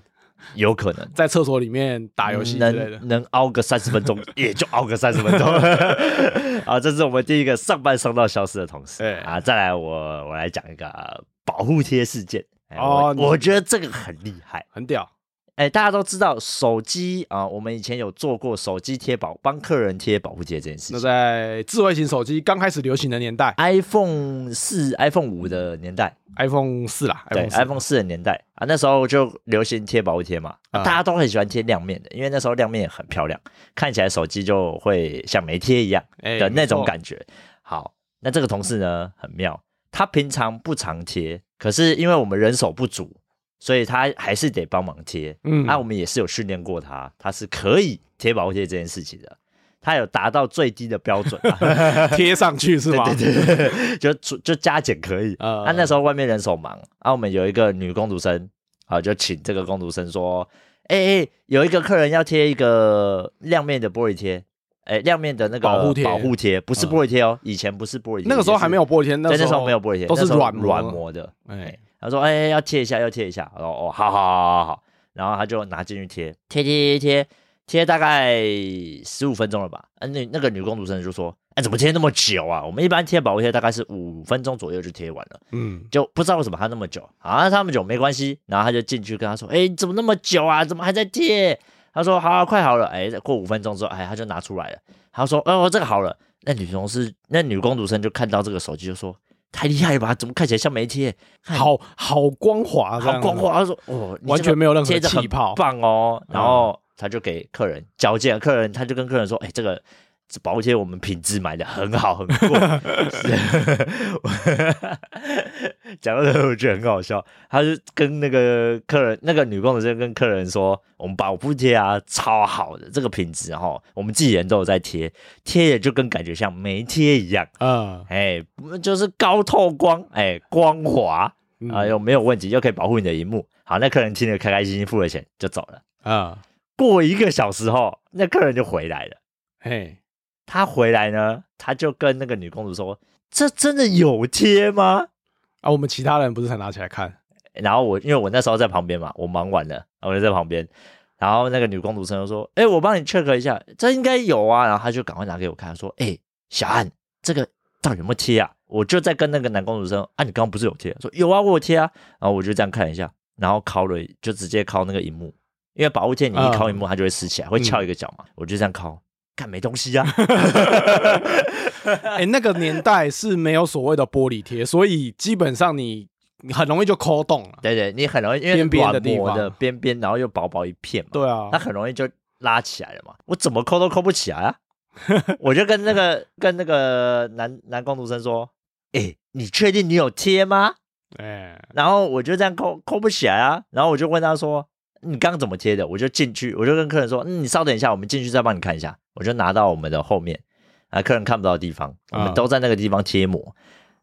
Speaker 1: 有可能
Speaker 2: 在厕所里面打游戏之类的
Speaker 1: 嗯能。能熬个三十分钟，
Speaker 2: (laughs)
Speaker 1: 也就熬个三十分钟。啊，这是我们第一个上班上到消失的同事
Speaker 2: 对
Speaker 1: 啊。再来我，我来讲一个呃保护贴事件。哎
Speaker 2: 哦你
Speaker 1: 我，我觉得这个很厉害。
Speaker 2: 很屌，
Speaker 1: 哎，大家都知道手机啊，我们以前有做过手机贴保，帮客人贴保护贴这件事
Speaker 2: 那
Speaker 1: 情。
Speaker 2: 在智慧型手机刚开始流行的年代
Speaker 1: iPhone 四、iPhone 五的年代，
Speaker 2: ，iPhone 四啦
Speaker 1: 对
Speaker 2: 嗯，iPhone 四，
Speaker 1: ，iPhone 四的年代啊，那时候就流行贴保护贴嘛、啊
Speaker 2: 啊
Speaker 1: 大家都很喜欢贴亮面的，因为那时候亮面也很漂亮，看起来手机就会像没贴一样
Speaker 2: 哎
Speaker 1: 的那种
Speaker 2: 没错
Speaker 1: 感觉。好，那这个同事呢很妙，他平常不常贴，可是因为我们人手不足，所以他还是得帮忙贴。
Speaker 2: 嗯
Speaker 1: 啊，我们也是有训练过他，他是可以贴保护贴这件事情的，他有达到最低的标准、啊。 (laughs)
Speaker 2: 贴上去是吗？
Speaker 1: 对对对， (laughs) 就就就加减可以。
Speaker 2: 呃
Speaker 1: 啊，那时候外面人手忙，啊，我们有一个女工读生，啊，就请这个工读生说，哎、哎、有一个客人要贴一个亮面的玻璃贴，哎、亮面的那个
Speaker 2: 保护贴
Speaker 1: 保护贴不是
Speaker 2: 嗯
Speaker 1: 玻璃贴哦，以前不是玻璃贴，
Speaker 2: 那个时候还没
Speaker 1: 有，
Speaker 2: 有玻璃贴，
Speaker 1: 对，那
Speaker 2: 时
Speaker 1: 时
Speaker 2: 候
Speaker 1: 候没有玻璃贴，
Speaker 2: 都是
Speaker 1: 那时候
Speaker 2: 软
Speaker 1: 软
Speaker 2: 膜
Speaker 1: 膜的。
Speaker 2: 哎，
Speaker 1: 他说，哎、要贴一下，要贴一下。然后哦，好好好好好，然后他就拿进去贴，贴贴贴贴贴，大概十五分钟了吧。啊，那那个女工读生就说，哎、怎么贴那么久啊？我们一般贴保护贴大概是五分钟左右就贴完了。
Speaker 2: 嗯，
Speaker 1: 就不知道为什么他那么久啊，他那么久没关系。然后他就进去跟他说：“哎、怎么那么久啊？怎么还在贴？”他说：“好、快好了。哎，过五分钟之后，哎，他就拿出来了。他说：“哦，这个好了。”那女同事，那女工读生就看到这个手机，就说：“太厉害了吧？怎么看起来像没贴？
Speaker 2: 好好光滑，
Speaker 1: 好光，滑。”他说：“哦，你这个
Speaker 2: 完全没有任何
Speaker 1: 贴着很
Speaker 2: 气泡
Speaker 1: 棒哦。”
Speaker 2: 嗯
Speaker 1: 然后他就给客人交件，客人他就跟客人说：“哎，这个。”这保护贴我们品质买的很好，很过。是 (laughs) 讲到这个我觉得很好笑，他就跟那个客人，那个女工的就跟客人说，我们保护贴啊超好的，这个品质哈，我们自己人都有在贴，贴的就跟感觉像没贴一样，
Speaker 2: 嗯，
Speaker 1: 哎，就是高透光，哎，光滑
Speaker 2: 嗯
Speaker 1: 啊，又没有问题，又可以保护你的荧幕。好，那客人听得开开心心，付了钱就走了。
Speaker 2: 啊，
Speaker 1: 过一个小时后，那客人就回来了。
Speaker 2: 嘿，
Speaker 1: 他回来呢，他就跟那个女公主说：“这真的有贴吗
Speaker 2: 啊，我们其他人不是才拿起来看，？”
Speaker 1: 然后我因为我那时候在旁边嘛，我忙完了，我就在旁边。然后那个女公主生就说：“哎、我帮你 check 一下，这应该有啊。”然后他就赶快拿给我看，说：“哎、小安，这个到底有没有贴啊？”我就在跟那个男公主生：“啊，你刚刚不是有贴？”说：“有啊，我有贴啊。”然后我就这样看一下，然后敲了，就直接敲那个荧幕，因为保护贴你一敲
Speaker 2: 嗯
Speaker 1: 荧幕，它就会撕起来，会翘一个角嘛。我就这样敲，看没东西啊。 (laughs)
Speaker 2: 哎，那个年代是没有所谓的玻璃贴，所以基本上你你很容易就抠洞了，
Speaker 1: 对对，你很容易因为
Speaker 2: 边边的
Speaker 1: 软膜
Speaker 2: 地方
Speaker 1: 的边边，然后又薄薄一片嘛，
Speaker 2: 对啊
Speaker 1: 它，很容易就拉起来了嘛。我怎么抠都抠不起来啊！我就跟那个跟那个男男工读生说：“哎、你确定你有贴吗
Speaker 2: 哎，？”
Speaker 1: 然后我就这样抠抠不起来啊。然后我就问他说：“你刚刚怎么贴的？”我就进去，我就跟客人说：“嗯，你稍等一下，我们进去再帮你看一下。”我就拿到我们的后面啊，客人看不到的地方，我们
Speaker 2: 啊
Speaker 1: 都在那个地方贴膜。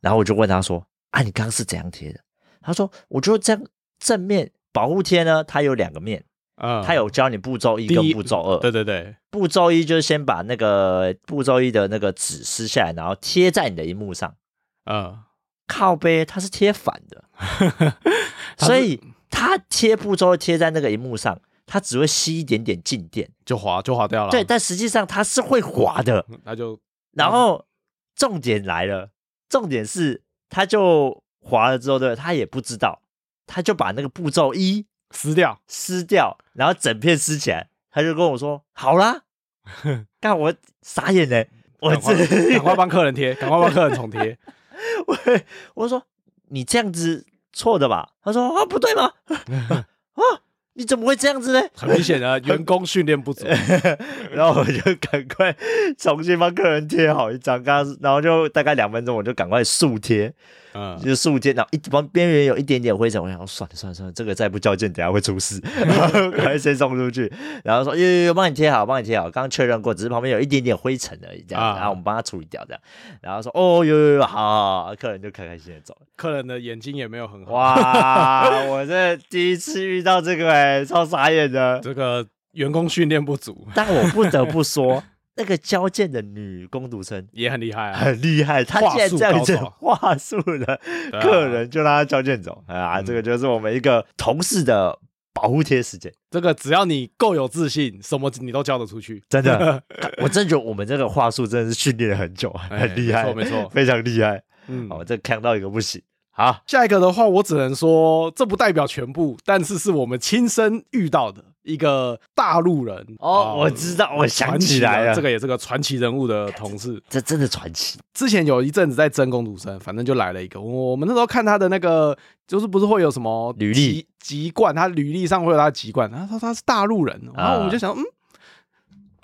Speaker 1: 然后我就问他说：“啊，你刚刚是怎样贴的？”他说：“我就这样正面保护贴呢，它有两个面，
Speaker 2: 嗯，
Speaker 1: 它，有教你步骤一
Speaker 2: 第
Speaker 1: 跟
Speaker 2: 一
Speaker 1: 步骤二。
Speaker 2: 对对对，
Speaker 1: 步骤一就是先把那个步骤一的那个纸撕下来，然后贴在你的荧幕上。
Speaker 2: 嗯，
Speaker 1: 靠背它是贴反
Speaker 2: (laughs)
Speaker 1: 的，所以它贴步骤贴在那个荧幕上，它只会吸一点点静电。
Speaker 2: 就滑就滑掉了，
Speaker 1: 对，，但实际上它是会滑的。
Speaker 2: 那就
Speaker 1: 然后重点来了，重点是他就滑了之后，对他也不知道，他就把那个步骤一
Speaker 2: 撕掉，
Speaker 1: 撕掉，然后整片撕起来，他就跟我说：“好啦。”干我傻眼嘞、我 (laughs)
Speaker 2: 赶快
Speaker 1: 这
Speaker 2: 赶快帮客人贴，赶快帮客人重贴，
Speaker 1: 我 (laughs) 我说你这样子错的吧？他说啊不对吗？啊你怎么会这样子呢？
Speaker 2: (laughs) 很明显的员工训练不足，
Speaker 1: (laughs) 然后我就赶快重新帮客人贴好一张，刚刚然后就大概两分钟，我就赶快速贴，
Speaker 2: 嗯，
Speaker 1: 就是速贴，然后一帮边缘有一点点灰尘，我想说算了算了算了，这个再不交件，等一下会出事， (laughs) 然后赶快先送出去，然后说有有有，帮你贴好，帮你贴好，刚刚确认过，只是旁边有一点点灰尘而已，这样子，
Speaker 2: 啊
Speaker 1: 然后我们帮他处理掉这样，然后说哦有有有，好好好，客人就开开心心地走了。
Speaker 2: 客人的眼睛也没有很好，
Speaker 1: 哇，我这第一次遇到这个哎、超傻眼的。
Speaker 2: 这个员工训练不足
Speaker 1: (laughs) 但我不得不
Speaker 2: (laughs)
Speaker 1: 说，那个交剑的女工读生
Speaker 2: 也很厉害啊。
Speaker 1: 很厉害，她
Speaker 2: 话
Speaker 1: 竟然
Speaker 2: 术
Speaker 1: 这样
Speaker 2: 高
Speaker 1: 子
Speaker 2: 手啊
Speaker 1: (laughs) 话术的
Speaker 2: 对啊
Speaker 1: 客人就让她交剑走啊，
Speaker 2: 嗯
Speaker 1: 这个就是我们一个同事的保护贴事件。
Speaker 2: 这个只要你够有自信，什么你都交得出去，
Speaker 1: 真
Speaker 2: (laughs)
Speaker 1: 的，我真觉得我们这个话术真的是训练了很久，
Speaker 2: 哎
Speaker 1: 很厉害，
Speaker 2: 没错没 (laughs) 错
Speaker 1: 非常厉害。
Speaker 2: 嗯，
Speaker 1: 哦，这看到一个不行。好，
Speaker 2: 下一个的话，我只能说这不代表全部，但是是我们亲身遇到的一个大陆人啊
Speaker 1: 哦，我知道，我想
Speaker 2: 传
Speaker 1: 起
Speaker 2: 奇
Speaker 1: 来
Speaker 2: 人
Speaker 1: 了，
Speaker 2: 这个也是个传奇人物的同事。
Speaker 1: 这真的传奇。
Speaker 2: 之前有一阵子在争工读生，反正就来了一个。我我们那时候看他的那个，就是不是会有什么
Speaker 1: 履历
Speaker 2: 籍籍贯，他履历上会有他的籍贯，然后他说他是大陆
Speaker 1: 啊
Speaker 2: 人，然后我们就想，嗯，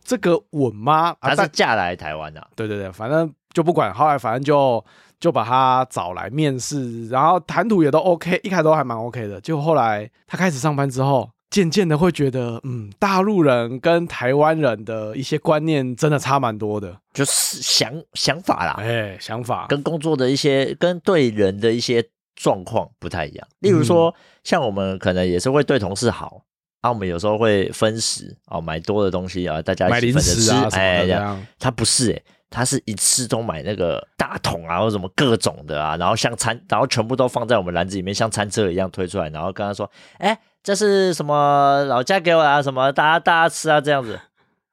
Speaker 2: 这个稳吗？
Speaker 1: 她
Speaker 2: 啊
Speaker 1: 是
Speaker 2: 但
Speaker 1: 嫁来台湾的啊，
Speaker 2: 对对对，反正就不管，后来反正就就把他找来面试，然后谈吐也都 OK，一开始都还蛮 OK 的。就后来他开始上班之后，渐渐的会觉得，嗯，大陆人跟台湾人的一些观念真的差蛮多的，
Speaker 1: 就是想想法啦，
Speaker 2: 哎，想法，
Speaker 1: 跟工作的一些跟对人的一些状况不太一样。例如说，
Speaker 2: 嗯
Speaker 1: 像我们可能也是会对同事好，啊，我们有时候会分食哦，买多的东西啊，大家
Speaker 2: 买
Speaker 1: 一起
Speaker 2: 零
Speaker 1: 分着
Speaker 2: 食
Speaker 1: 吃，
Speaker 2: 啊什么
Speaker 1: 哎，
Speaker 2: 的
Speaker 1: 这
Speaker 2: 这
Speaker 1: 样。
Speaker 2: 样。
Speaker 1: 他不是哎、他是一次都买那个大桶啊，或什么各种的啊，然后像餐，然后全部都放在我们篮子里面，像餐车一样推出来，然后跟他说，哎、这是什么老家给我啊，什么大家大家吃啊，这样子。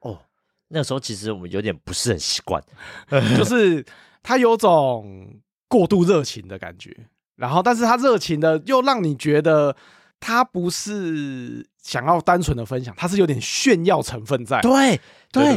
Speaker 1: 哦，那时候其实我们有点不是很习惯，
Speaker 2: (laughs) 就是他有种过度热情的感觉，然后但是他热情的又让你觉得他不是想要单纯的分享，他是有点炫耀成分在。
Speaker 1: 对
Speaker 2: 对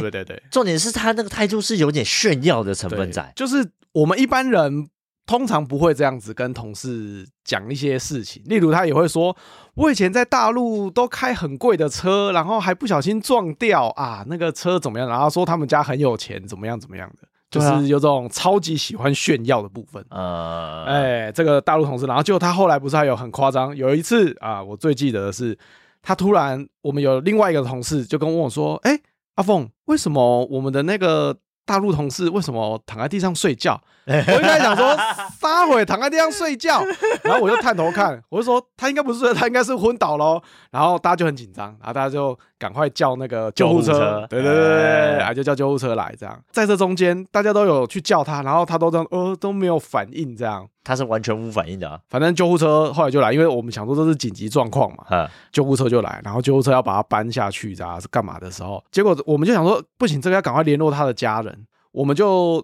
Speaker 1: 对
Speaker 2: 对对对，
Speaker 1: 重点是他那个态度是有点炫耀的成分
Speaker 2: 对
Speaker 1: 在，
Speaker 2: 就是我们一般人通常不会这样子跟同事讲一些事情，例如他也会说，我以前在大陆都开很贵的车，然后还不小心撞掉啊，那个车怎么样？然后说他们家很有钱，怎么样怎么样的，就
Speaker 1: 对啊
Speaker 2: 是有种超级喜欢炫耀的部分。
Speaker 1: 呃，
Speaker 2: 哎，这个大陆同事，然后结果他后来不是还有很夸张，有一次啊，我最记得的是，他突然我们有另外一个同事就跟我说，哎，阿凤，为什么我们的那个大陆同事为什么躺在地上睡觉？我一开始
Speaker 1: (laughs)
Speaker 2: 想说，撒会躺在地上睡觉，然后我就探头看，我就说他应该不是睡，他应该是昏倒喽。然后大家就很紧张，然后大家就赶快叫那个救
Speaker 1: 救
Speaker 2: 护
Speaker 1: 护
Speaker 2: 车
Speaker 1: 车，
Speaker 2: 对对对对对，
Speaker 1: 哎
Speaker 2: 然后就叫救护车来这样。在这中间，大家都有去叫他，然后他都这样，呃，都没有反应这样。
Speaker 1: 他是完全无反应的啊，
Speaker 2: 反正救护车后来就来，因为我们想说这是紧急状况嘛，
Speaker 1: 哈
Speaker 2: 救护车就来，然后救护车要把他搬下去啊，是干嘛的时候，结果我们就想说不行，这个要赶快联络他的家人，我们就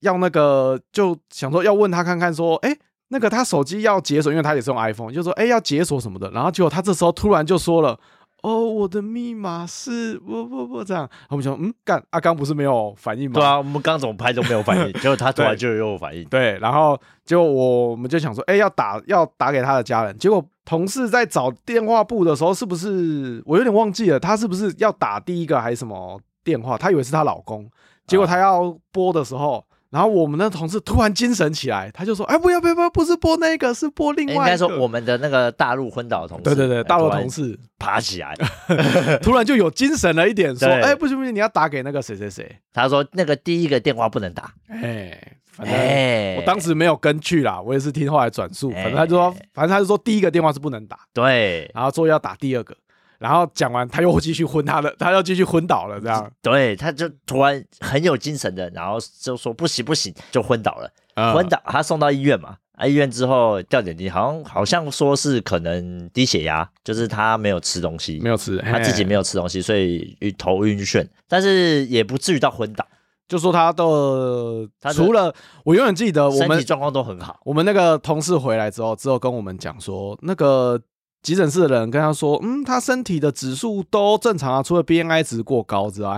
Speaker 2: 要那个就想说要问他看看说，哎，那个他手机要解锁，因为他也是用 iPhone，就说哎要解锁什么的，然后结果他这时候突然就说了。哦，我的密码是不不不这样，然后我们想，嗯，干，阿、刚不是没有反应吗？
Speaker 1: 对啊，我们刚怎么拍都没有反应，结果他突然
Speaker 2: (laughs) 对
Speaker 1: 就有反应，
Speaker 2: 对，然后结果我们就想说，哎，要打要打给他的家人。结果同事在找电话簿的时候，是不是我有点忘记了，他是不是要打第一个还是什么电话？他以为是她老公，结
Speaker 1: 啊
Speaker 2: 果他要拨的时候。然后我们的同事突然精神起来，他就说：“哎，不要不要不要，不是拨那个，是拨另外一
Speaker 1: 哎应
Speaker 2: 个。”
Speaker 1: 该说我们的那个大陆昏倒的同事，
Speaker 2: 对对对，
Speaker 1: 哎
Speaker 2: 大陆
Speaker 1: 突然
Speaker 2: 同事
Speaker 1: 爬起来，
Speaker 2: 突然就有精神了一点，说：“
Speaker 1: (laughs) 对
Speaker 2: 哎，不行不行，你要打给那个谁谁谁。
Speaker 1: 他说那个第一个电话不能打，”
Speaker 2: 哎，反正
Speaker 1: 哎，
Speaker 2: 我当时没有跟去啦，我也是听后来转述，反正他就说，
Speaker 1: 哎
Speaker 2: 反正他就说第一个电话是不能打，
Speaker 1: 对
Speaker 2: 然后说要打第二个，然后讲完他又继续昏他的，他又继续昏倒了，这样、
Speaker 1: 对，他就突然很有精神的，然后就说不行不行，就昏倒了，
Speaker 2: 嗯
Speaker 1: 昏倒，他送到医院嘛。啊！医院之后掉点滴，好像好像说是可能低血压，就是他没有吃东西，
Speaker 2: 嗯没有吃，
Speaker 1: 他自己
Speaker 2: 嘿
Speaker 1: 没有吃东西，所以晕头晕眩，但是也不至于到昏倒，
Speaker 2: 就说他的
Speaker 1: 他的
Speaker 2: 除了我永远记得我
Speaker 1: 身体
Speaker 2: 们
Speaker 1: 状况都很好。
Speaker 2: 我们那个同事回来之后，之后跟我们讲说，那个急诊室的人跟他说，嗯，他身体的指数都正常啊，除了 BMI 值过高之 (laughs) 外，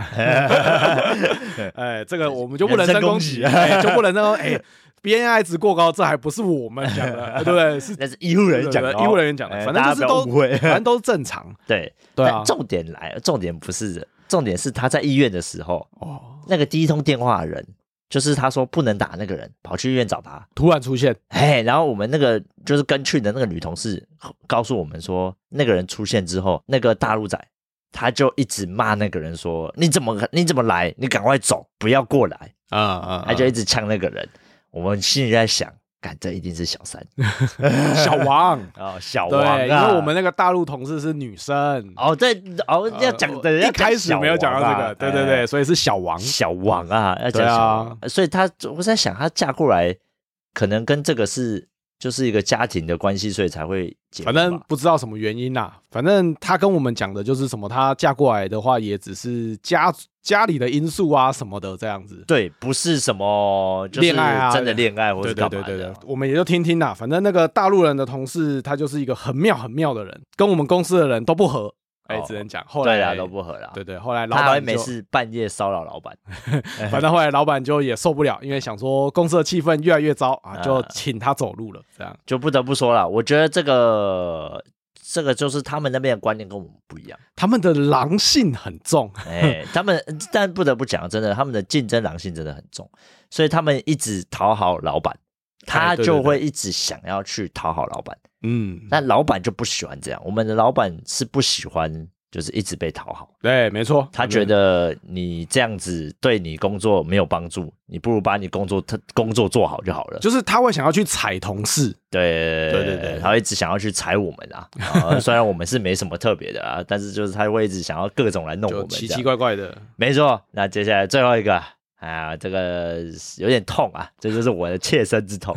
Speaker 2: 哎，这个我们就不
Speaker 1: 人
Speaker 2: 能
Speaker 1: 身
Speaker 2: 深
Speaker 1: 攻
Speaker 2: 攻
Speaker 1: 击
Speaker 2: 击， (laughs) 哎就不能深攻，哎，BMI 值过高，这还不是我们讲的，对不 (laughs) 对？是
Speaker 1: 那是医护人员讲的哦，
Speaker 2: 医护人员讲的
Speaker 1: 哎
Speaker 2: 反正
Speaker 1: 大家
Speaker 2: 就是
Speaker 1: 不要
Speaker 2: 都
Speaker 1: 误会。
Speaker 2: 反正都是正常
Speaker 1: 对，
Speaker 2: 对啊
Speaker 1: 但重点来了，重点不是，重点是他在医院的时候，
Speaker 2: 哦。
Speaker 1: 那个第一通电话的人，就是他说不能打那个人，跑去医院找他。
Speaker 2: 突然出现，
Speaker 1: 哎，然后我们那个就是跟去的那个女同事告诉我们说，那个人出现之后，那个大陆仔他就一直骂那个人说：“你怎么你怎么来？你赶快走，不要过来。”
Speaker 2: 啊啊
Speaker 1: 他就一直呛那个人。我们心里在想，干这一定是小三
Speaker 2: (laughs) 小王，
Speaker 1: 哦，小王啊，
Speaker 2: 对，因为我们那个大陆同事是女生，
Speaker 1: 哦对哦要讲的、要
Speaker 2: 呃一开始没有讲到这个，对对对，
Speaker 1: 对，
Speaker 2: 所以是小王，
Speaker 1: 哎小王啊，要讲
Speaker 2: 对啊
Speaker 1: 小王，所以他我在想，他嫁过来可能跟这个是就是一个家庭的关系，所以才会结婚
Speaker 2: 反
Speaker 1: 吧
Speaker 2: 正不知道什么原因啦、反正他跟我们讲的就是什么，她嫁过来的话也只是家家里的因素啊什么的这样子。
Speaker 1: 对，不是什么就是
Speaker 2: 恋爱啊
Speaker 1: 真的恋爱或者
Speaker 2: 对
Speaker 1: 是
Speaker 2: 对
Speaker 1: 干嘛
Speaker 2: 对对对
Speaker 1: 的，，
Speaker 2: 我们也就听听啦。反正那个大陆人的同事，他就是一个很妙很妙的人，跟我们公司的人都不合，哎、
Speaker 1: 哦
Speaker 2: 只能讲后来
Speaker 1: 对啦都不合啦。
Speaker 2: 对对，后来老
Speaker 1: 他还会
Speaker 2: 板
Speaker 1: 没
Speaker 2: 就，
Speaker 1: 事半夜骚扰老板，
Speaker 2: (laughs) 反正后来老板就也受不了，因为想说公司的气氛越来越糟啊，就
Speaker 1: 啊
Speaker 2: 请他走路了。这样
Speaker 1: 就不得不说了。我觉得这个这个就是他们那边的观念跟我们不
Speaker 2: (laughs)
Speaker 1: 一样。
Speaker 2: 他们的狼性很重，
Speaker 1: 哎、他们但不得不讲，真的，他们的竞争狼性真的很重，所以他们一直讨好老板，他
Speaker 2: 哎对对
Speaker 1: 就
Speaker 2: 对
Speaker 1: 会一直想要去讨好老板，
Speaker 2: 嗯，
Speaker 1: 但老板就不喜欢这样。我们的老板是不喜欢，就是一直被讨好，
Speaker 2: 对，没错，嗯
Speaker 1: 他觉得你这样子对你工作没有帮助，你不如把你工作他工作做好就好了。
Speaker 2: 就是他会想要去踩同事，
Speaker 1: 对
Speaker 2: 对对对
Speaker 1: 他会一直想要去踩我们啊，
Speaker 2: (laughs)
Speaker 1: 啊虽然我们是没什么特别的啊，但是就是他会一直想要各种来弄我
Speaker 2: 就
Speaker 1: 们，
Speaker 2: 奇
Speaker 1: 这样
Speaker 2: 奇怪怪的。
Speaker 1: 没错，那接下来最后一个啊，这个有点痛啊，这就是我的切身之
Speaker 2: (laughs)
Speaker 1: 痛。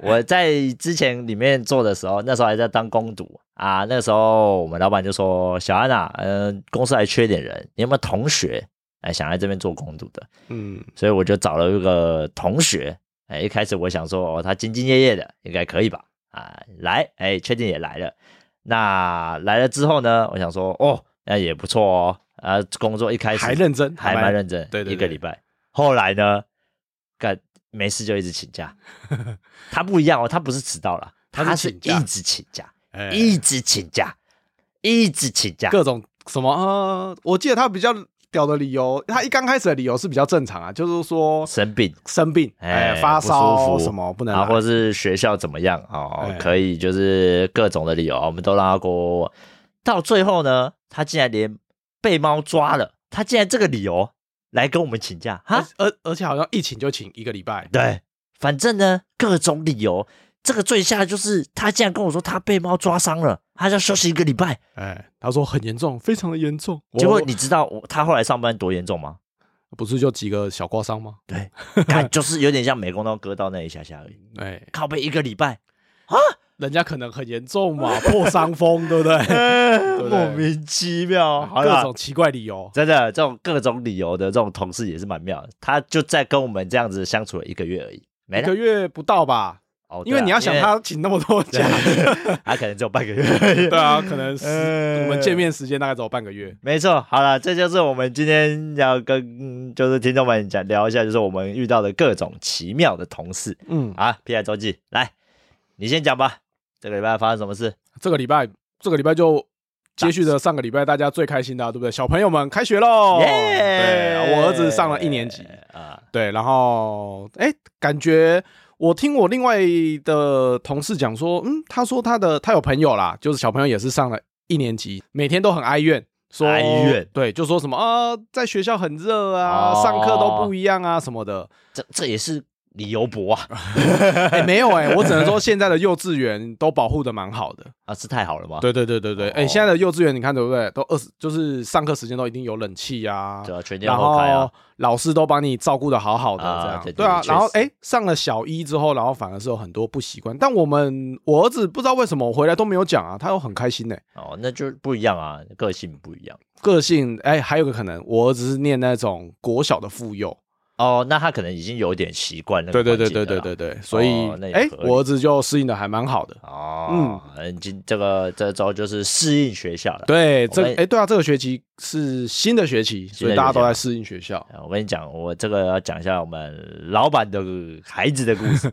Speaker 1: 我在之前里面做的时候，那时候还在当工读啊，那时候我们老板就说：“小安啊，嗯、公司还缺点人，你有没有同学哎想来这边做工读的
Speaker 2: 嗯，？”
Speaker 1: 所以我就找了一个同学，哎，一开始我想说哦，他兢兢业业的，应该可以吧？啊，来，哎，确定也来了。那来了之后呢，我想说哦，那也不错哦。啊，工作一开始
Speaker 2: 还认真，
Speaker 1: 还蛮认真，
Speaker 2: 对对对
Speaker 1: 一个礼拜。后来呢，干没事就一直请
Speaker 2: (laughs)
Speaker 1: 假。他不一样哦，他不是迟到了，
Speaker 2: 他是
Speaker 1: 他是
Speaker 2: 请假
Speaker 1: 一直请假，
Speaker 2: 哎
Speaker 1: 一直请假，一直请假。
Speaker 2: 各种什么呃，我记得他比较屌的理由，他一刚开始的理由是比较正常啊，就是说
Speaker 1: 生病
Speaker 2: 生病，
Speaker 1: 哎
Speaker 2: 哎，发
Speaker 1: 不舒
Speaker 2: 烧
Speaker 1: 服
Speaker 2: 什么不能
Speaker 1: 啊，
Speaker 2: 来，
Speaker 1: 或是学校怎么样哦
Speaker 2: 哎，
Speaker 1: 可以就是各种的理由，我们都让他过。到最后呢，他竟然连被猫抓了，他竟然这个理由来跟我们请假哈
Speaker 2: 而，啊而而且好像一请就请一个礼拜，
Speaker 1: 啊对，反正呢各种理由，这个最吓的就是他竟然跟我说他被猫抓伤了，他要休息一个礼拜。
Speaker 2: 哎，他说很严重，非常的严重，
Speaker 1: 结果
Speaker 2: 我
Speaker 1: 你知道我他后来上班多严重
Speaker 2: (laughs)
Speaker 1: 吗？
Speaker 2: 不是就几个小刮伤吗？
Speaker 1: 对，看就是有点像美工刀割到那一下下而已，
Speaker 2: 哎，
Speaker 1: 靠背一个礼拜，
Speaker 2: 人家可能很严重嘛，破伤风，对不对？对
Speaker 1: 哎莫名其妙。 (laughs) 好
Speaker 2: 各
Speaker 1: 啦
Speaker 2: 种奇怪理由，
Speaker 1: 真的这种各种理由的这种同事也是蛮妙的，他就在跟我们这样子相处了一个月而已，没
Speaker 2: 一
Speaker 1: 了
Speaker 2: 个。月不到吧？
Speaker 1: 哦，对
Speaker 2: 因为
Speaker 1: 啊
Speaker 2: 你要想，他请那么多假，
Speaker 1: 因为 (laughs) 他可能只有半个月而已。
Speaker 2: (laughs) 对啊，可能是
Speaker 1: 呃
Speaker 2: 我们见面时间大概只有半个月。
Speaker 1: 没错，好了，这就是我们今天要跟嗯就是听众们讲聊一下，就是我们遇到的各种奇妙的同事
Speaker 2: 嗯，
Speaker 1: 啊。P I 周记，来，你先讲吧，这个礼拜发生什么事？
Speaker 2: 这个礼拜，这个礼拜就接续着上个礼拜大家最开心的啊、对不对？小朋友们开学喽！哦对，啊我儿子上了一年级，
Speaker 1: 啊，
Speaker 2: 对，然后哎，感觉我听我另外的同事讲说，嗯，他说他的他有朋友啦，就是小朋友也是上了一年级，每天都很哀怨。说
Speaker 1: 哀怨
Speaker 2: 对，就说什么啊、在学校很热啊，
Speaker 1: 哦
Speaker 2: 上课都不一样啊什么的。
Speaker 1: 这这也是理由博啊，
Speaker 2: (laughs) 哎、没有哎、我只能说现在的幼稚园都保护的蛮好的。
Speaker 1: 啊，是太好了吗？
Speaker 2: (laughs) 对对对对对，哎、
Speaker 1: 哦
Speaker 2: 现在的幼稚园你看对不对？都二十，就是上课时间都一定有冷气啊，
Speaker 1: 对啊，全天
Speaker 2: 然
Speaker 1: 候开啊
Speaker 2: 后，老师都帮你照顾的好好的，
Speaker 1: 啊
Speaker 2: 这样
Speaker 1: 对对
Speaker 2: 对啊
Speaker 1: 对。确
Speaker 2: 然后
Speaker 1: 实
Speaker 2: 哎、上了小一之后，然后反而是有很多不习惯。但我们我儿子不知道为什么我回来都没有讲啊，他又很开心呢、
Speaker 1: 哦，那就不一样啊，个性不一样
Speaker 2: 个性哎、还有个可能，我儿子是念那种国小的妇幼，
Speaker 1: 哦，那他可能已经有一点习惯那个
Speaker 2: 对对对
Speaker 1: 环境
Speaker 2: 对
Speaker 1: 了
Speaker 2: 对
Speaker 1: 啦
Speaker 2: 对对，所以
Speaker 1: 哦那也
Speaker 2: 哎、
Speaker 1: 合理
Speaker 2: 我儿子就适应的还蛮好的。
Speaker 1: 哦，嗯，今这个这周就是适应学校了。
Speaker 2: 对，这
Speaker 1: 我
Speaker 2: 哎、
Speaker 1: 们
Speaker 2: 对啊，这个学期是新的学期，所
Speaker 1: 新的
Speaker 2: 以大家都
Speaker 1: 学校
Speaker 2: 在适应学校。
Speaker 1: 呃，我跟你讲，我这个要讲一下我们老板的孩子的故
Speaker 2: (laughs)
Speaker 1: 事。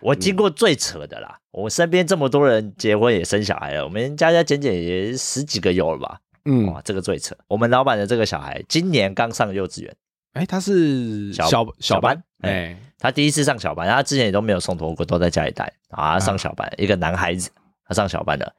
Speaker 1: 我经过最扯的啦，我身边这么多人结婚也生小孩了，我们加加减减也十几个有了吧？
Speaker 2: 嗯，
Speaker 1: 哇，这个最扯。我们老板的这个小孩今年刚上幼稚园，
Speaker 2: 哎、他是
Speaker 1: 小
Speaker 2: 小
Speaker 1: 小班
Speaker 2: 哎、
Speaker 1: 他第一次上小班，他之前也都没有送托过，都在家里带啊。上小班，一个男孩子，他上小班了。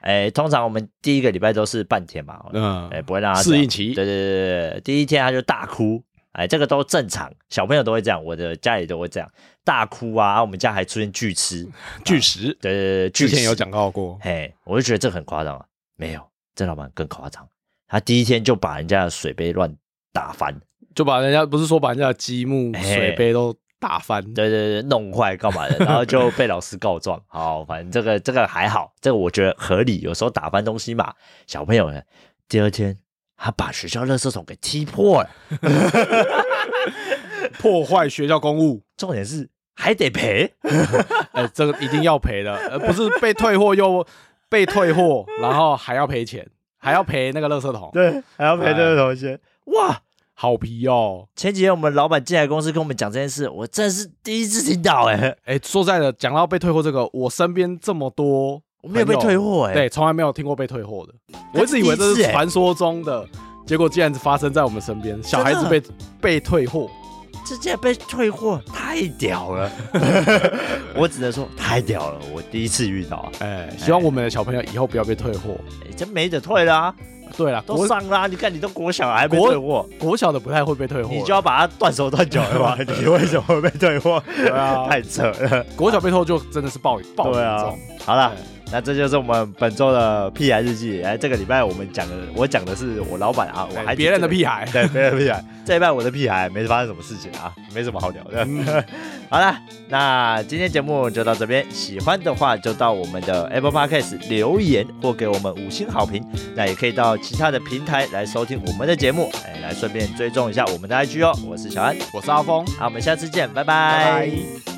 Speaker 1: 哎，通常我们第一个礼拜都是半天嘛，
Speaker 2: 嗯、
Speaker 1: 哎，不会让他
Speaker 2: 适
Speaker 1: 这样
Speaker 2: 应期
Speaker 1: 对对对对对，第一天他就大哭，哎，这个都正常，小朋友都会这样，我的家里都会这样，大哭啊，啊我们家还出现巨吃，
Speaker 2: 巨石、
Speaker 1: 啊对对对，巨
Speaker 2: 之前
Speaker 1: 吃
Speaker 2: 有，讲到过，
Speaker 1: 嘿，我就觉得这很夸张啊，没有，这老板更夸张，他第一天就把人家的水杯乱打翻，
Speaker 2: 就把人家不是说把人家的积木、
Speaker 1: 哎
Speaker 2: 水杯都打翻，
Speaker 1: 对对对，弄坏干嘛的，然后就被老师告状。好，反正这个这个还好，这个我觉得合理。有时候打翻东西嘛，小朋友呢，第二天他把学校垃圾桶给踢破了，
Speaker 2: 破坏学校公
Speaker 1: (laughs)
Speaker 2: 物，
Speaker 1: 重点是还得赔。
Speaker 2: 哎、这个一定要赔的，呃，不是被退货又被退货，然后还要赔钱，还要赔那个垃圾桶，
Speaker 1: 对，还要陪这个同学。哇，
Speaker 2: 好皮哦。
Speaker 1: 前几天我们老板进来公司跟我们讲这件事，我真是第一次听到哎、
Speaker 2: 哎、说实在的，讲到被退货这个，我身边这么多
Speaker 1: 我没有被
Speaker 2: 朋友
Speaker 1: 退货哎、
Speaker 2: 对，从来没有听过被退货的。我一直以为这
Speaker 1: 第一次
Speaker 2: 是
Speaker 1: 欸
Speaker 2: 传说中的，结果竟然发生在我们身边，小孩子被被退货。
Speaker 1: 这竟然被退货，太屌 (laughs) 了！我只能说太屌了，我第一次遇到啊，
Speaker 2: 哎、希望我们的小朋友以后不要被退货。
Speaker 1: 哎真没得退啦、
Speaker 2: 对了，
Speaker 1: 都
Speaker 2: 国
Speaker 1: 上啦、你看你都国小了还被
Speaker 2: 国
Speaker 1: 退货，
Speaker 2: 国小的不太会被退货了，啊
Speaker 1: 你就啊要把它断手断脚了吧？ (laughs) 你为什么会被退货？
Speaker 2: 对啊，
Speaker 1: (laughs) 太扯了。
Speaker 2: 国小被退货就真的是暴暴
Speaker 1: 对
Speaker 2: 严
Speaker 1: 啊
Speaker 2: 重。
Speaker 1: 好了
Speaker 2: 对，
Speaker 1: 那这就是我们本周的屁孩日记。哎，这个礼拜我们讲的，我讲的是我老板啊，我
Speaker 2: 哎
Speaker 1: 还
Speaker 2: 别人的，屁孩，
Speaker 1: (laughs) 对别人的屁孩。这一拜我的屁孩没发生什么事情啊，没什么好聊的。
Speaker 2: 嗯
Speaker 1: (laughs) 好了，那今天节目就到这边。喜欢的话就到我们的 Apple Podcast 留言或给我们五星好评。那也可以到其他的平台来收听我们的节目，哎，来顺便追踪一下我们的 IG 哦。我是小安，
Speaker 2: 我是阿峰，
Speaker 1: 好，我们下次见，拜
Speaker 2: 拜
Speaker 1: 拜。
Speaker 2: 拜